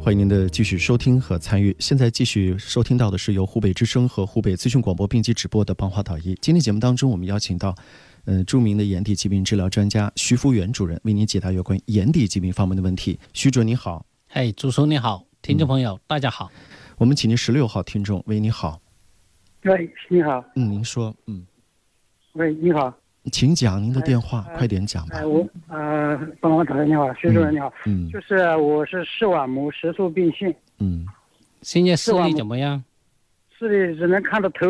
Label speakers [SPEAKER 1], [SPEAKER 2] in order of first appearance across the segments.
[SPEAKER 1] 欢迎您的继续收听和参与。现在继续收听到的是由湖北之声和湖北资讯广播并机直播的《帮话导医》。今天节目当中，我们邀请到，呃，著名的眼底疾病治疗专家徐福元主任，为您解答有关眼底疾病方面的问题。徐主任您好，
[SPEAKER 2] 嘿，主持人你好，听
[SPEAKER 3] 嗯
[SPEAKER 2] 众朋友、大家好。
[SPEAKER 1] 我们请您十六号听众，喂，你好，
[SPEAKER 3] 喂，你好，
[SPEAKER 1] 嗯，您说，嗯，
[SPEAKER 3] 喂，你好，
[SPEAKER 1] 请讲您的电话，
[SPEAKER 3] 哎
[SPEAKER 1] 快点讲吧
[SPEAKER 3] 哎、，我呃，帮我打个电话，徐主任你好，
[SPEAKER 1] 嗯
[SPEAKER 3] 就是我是视网膜色素病性，
[SPEAKER 1] 嗯
[SPEAKER 2] 现在视
[SPEAKER 3] 是吧
[SPEAKER 2] 力怎么样？
[SPEAKER 3] 视力只能看到头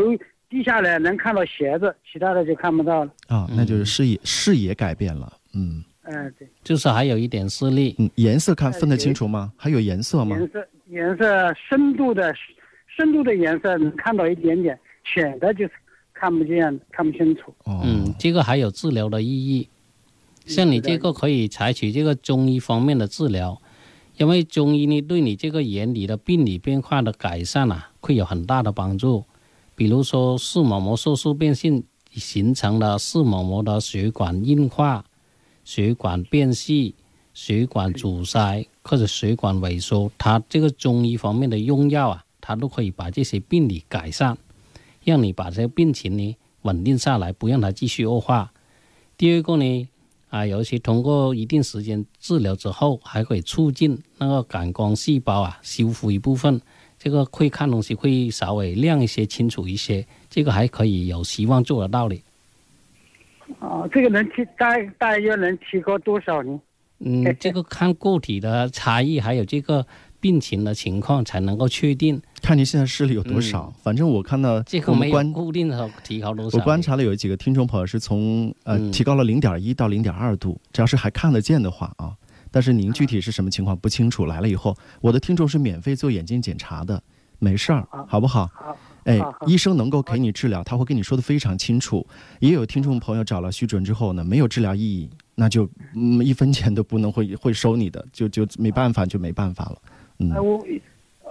[SPEAKER 3] 低下来能看到鞋子，其他的就看不到了。
[SPEAKER 1] 啊，那就是视野视野改变了，嗯
[SPEAKER 3] 嗯、对，
[SPEAKER 2] 就是还有一点视力。
[SPEAKER 1] 嗯，颜色看
[SPEAKER 3] 哎
[SPEAKER 1] 分得
[SPEAKER 3] 对
[SPEAKER 1] 清楚吗？还有颜色吗？
[SPEAKER 3] 颜色颜色深度的深度的颜色能看到一点点，浅的就是看不见看不清楚。
[SPEAKER 1] 哦，
[SPEAKER 2] 嗯，这个还有治疗的意义。像你这个可以采取这个中医方面的治疗，因为中医呢对你这个眼底的病理变化的改善啊，会有很大的帮助。比如说视网膜色素变性形成了视网膜的血管硬化、血管变细、血管阻塞或者血管萎缩，它这个中医方面的用药啊，它都可以把这些病理改善，让你把这个病情呢稳定下来，不让它继续恶化。第二个呢，啊，尤其通过一定时间治疗之后，还可以促进那个感光细胞啊修复一部分，这个会看东西会稍微亮一些、清楚一些，这个还可以有希望做得到的。
[SPEAKER 3] 啊、这个能提大大约能提高多少呢？
[SPEAKER 2] 嗯，这个看个体的差异，还有这个病情的情况才能够确定。
[SPEAKER 1] 看您现在视力有多少。反正我看到
[SPEAKER 2] 这个
[SPEAKER 1] 我们
[SPEAKER 2] 没有
[SPEAKER 1] 观
[SPEAKER 2] 固定的提高多少
[SPEAKER 1] 我
[SPEAKER 2] 的。
[SPEAKER 1] 观察了有几个听众朋友是从呃
[SPEAKER 2] 嗯
[SPEAKER 1] 提高了零点一到零点二度，只要是还看得见的话啊。但是您具体是什么情况不清楚，来了以后，我的听众是免费做眼睛检查的，没事儿，好不好？
[SPEAKER 3] 啊好，
[SPEAKER 1] 哎
[SPEAKER 3] 好好，
[SPEAKER 1] 医生能够给你治疗，他会跟你说的非常清楚。也有听众朋友找了徐主任之后呢，没有治疗意义，那就嗯一分钱都不能会会收你的，就就没办法，就没办法了。
[SPEAKER 3] 哎、
[SPEAKER 1] 嗯，
[SPEAKER 3] 我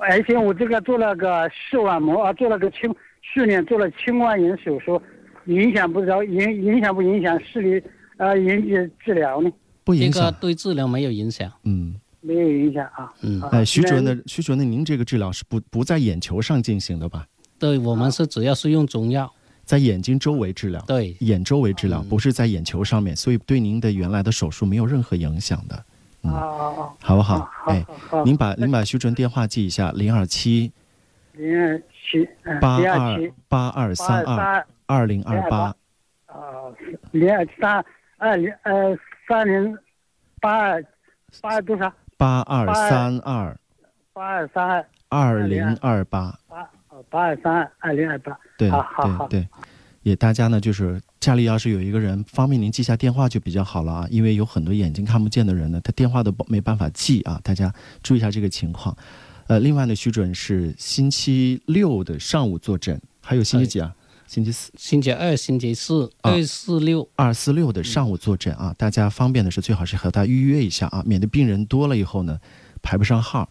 [SPEAKER 3] 而且我这个做了个视网膜啊，做了个青，去年做了青光眼手术，影响不着影影响不影响视力呃引起治疗呢？
[SPEAKER 1] 不
[SPEAKER 2] 这
[SPEAKER 1] 影
[SPEAKER 2] 个
[SPEAKER 1] 响。
[SPEAKER 2] 对治疗没有影响。
[SPEAKER 1] 嗯，
[SPEAKER 3] 没有影响啊。
[SPEAKER 2] 嗯
[SPEAKER 3] 啊
[SPEAKER 1] 哎，徐主任
[SPEAKER 3] 那
[SPEAKER 1] 的徐主任的，您这个治疗是不不在眼球上进行的吧？
[SPEAKER 2] 对我们是主要是用中药。
[SPEAKER 1] 在眼睛周围治疗，
[SPEAKER 2] 对，
[SPEAKER 1] 眼周围治
[SPEAKER 3] 嗯
[SPEAKER 1] 疗，不是在眼球上面，所以对您的原来的手术没有任何影响的，嗯
[SPEAKER 3] 啊啊
[SPEAKER 1] 好不
[SPEAKER 3] 啊！
[SPEAKER 1] 好？
[SPEAKER 3] 好
[SPEAKER 1] 哎，
[SPEAKER 3] 好好，
[SPEAKER 1] 您把您把徐主任电话记一下，零二七
[SPEAKER 3] 零二七嗯
[SPEAKER 1] 八
[SPEAKER 3] 零
[SPEAKER 1] 二
[SPEAKER 3] 二七
[SPEAKER 1] 八二
[SPEAKER 3] 八
[SPEAKER 1] 三二
[SPEAKER 3] 三
[SPEAKER 1] 二零二八，
[SPEAKER 3] 啊零二三二零呃三零八二八二多少
[SPEAKER 1] 八二三二
[SPEAKER 3] 八二三二
[SPEAKER 1] 二零二八，
[SPEAKER 3] 八哦八二三二二零二八
[SPEAKER 1] 对
[SPEAKER 3] 好好好
[SPEAKER 1] 对对，也大家呢就是家里要是有一个人方便您记下电话就比较好了啊，因为有很多眼睛看不见的人呢，他电话都不没办法记啊，大家注意一下这个情况。呃，另外呢，徐主任是星期六的上午坐诊，还有星期几啊？星期四。
[SPEAKER 2] 星期二、星期四、
[SPEAKER 1] 啊
[SPEAKER 2] 二四六，
[SPEAKER 1] 二四六
[SPEAKER 3] 嗯
[SPEAKER 1] 的上午坐诊啊，大家方便的是最好是和他预约一下啊，免得病人多了以后呢排不上号。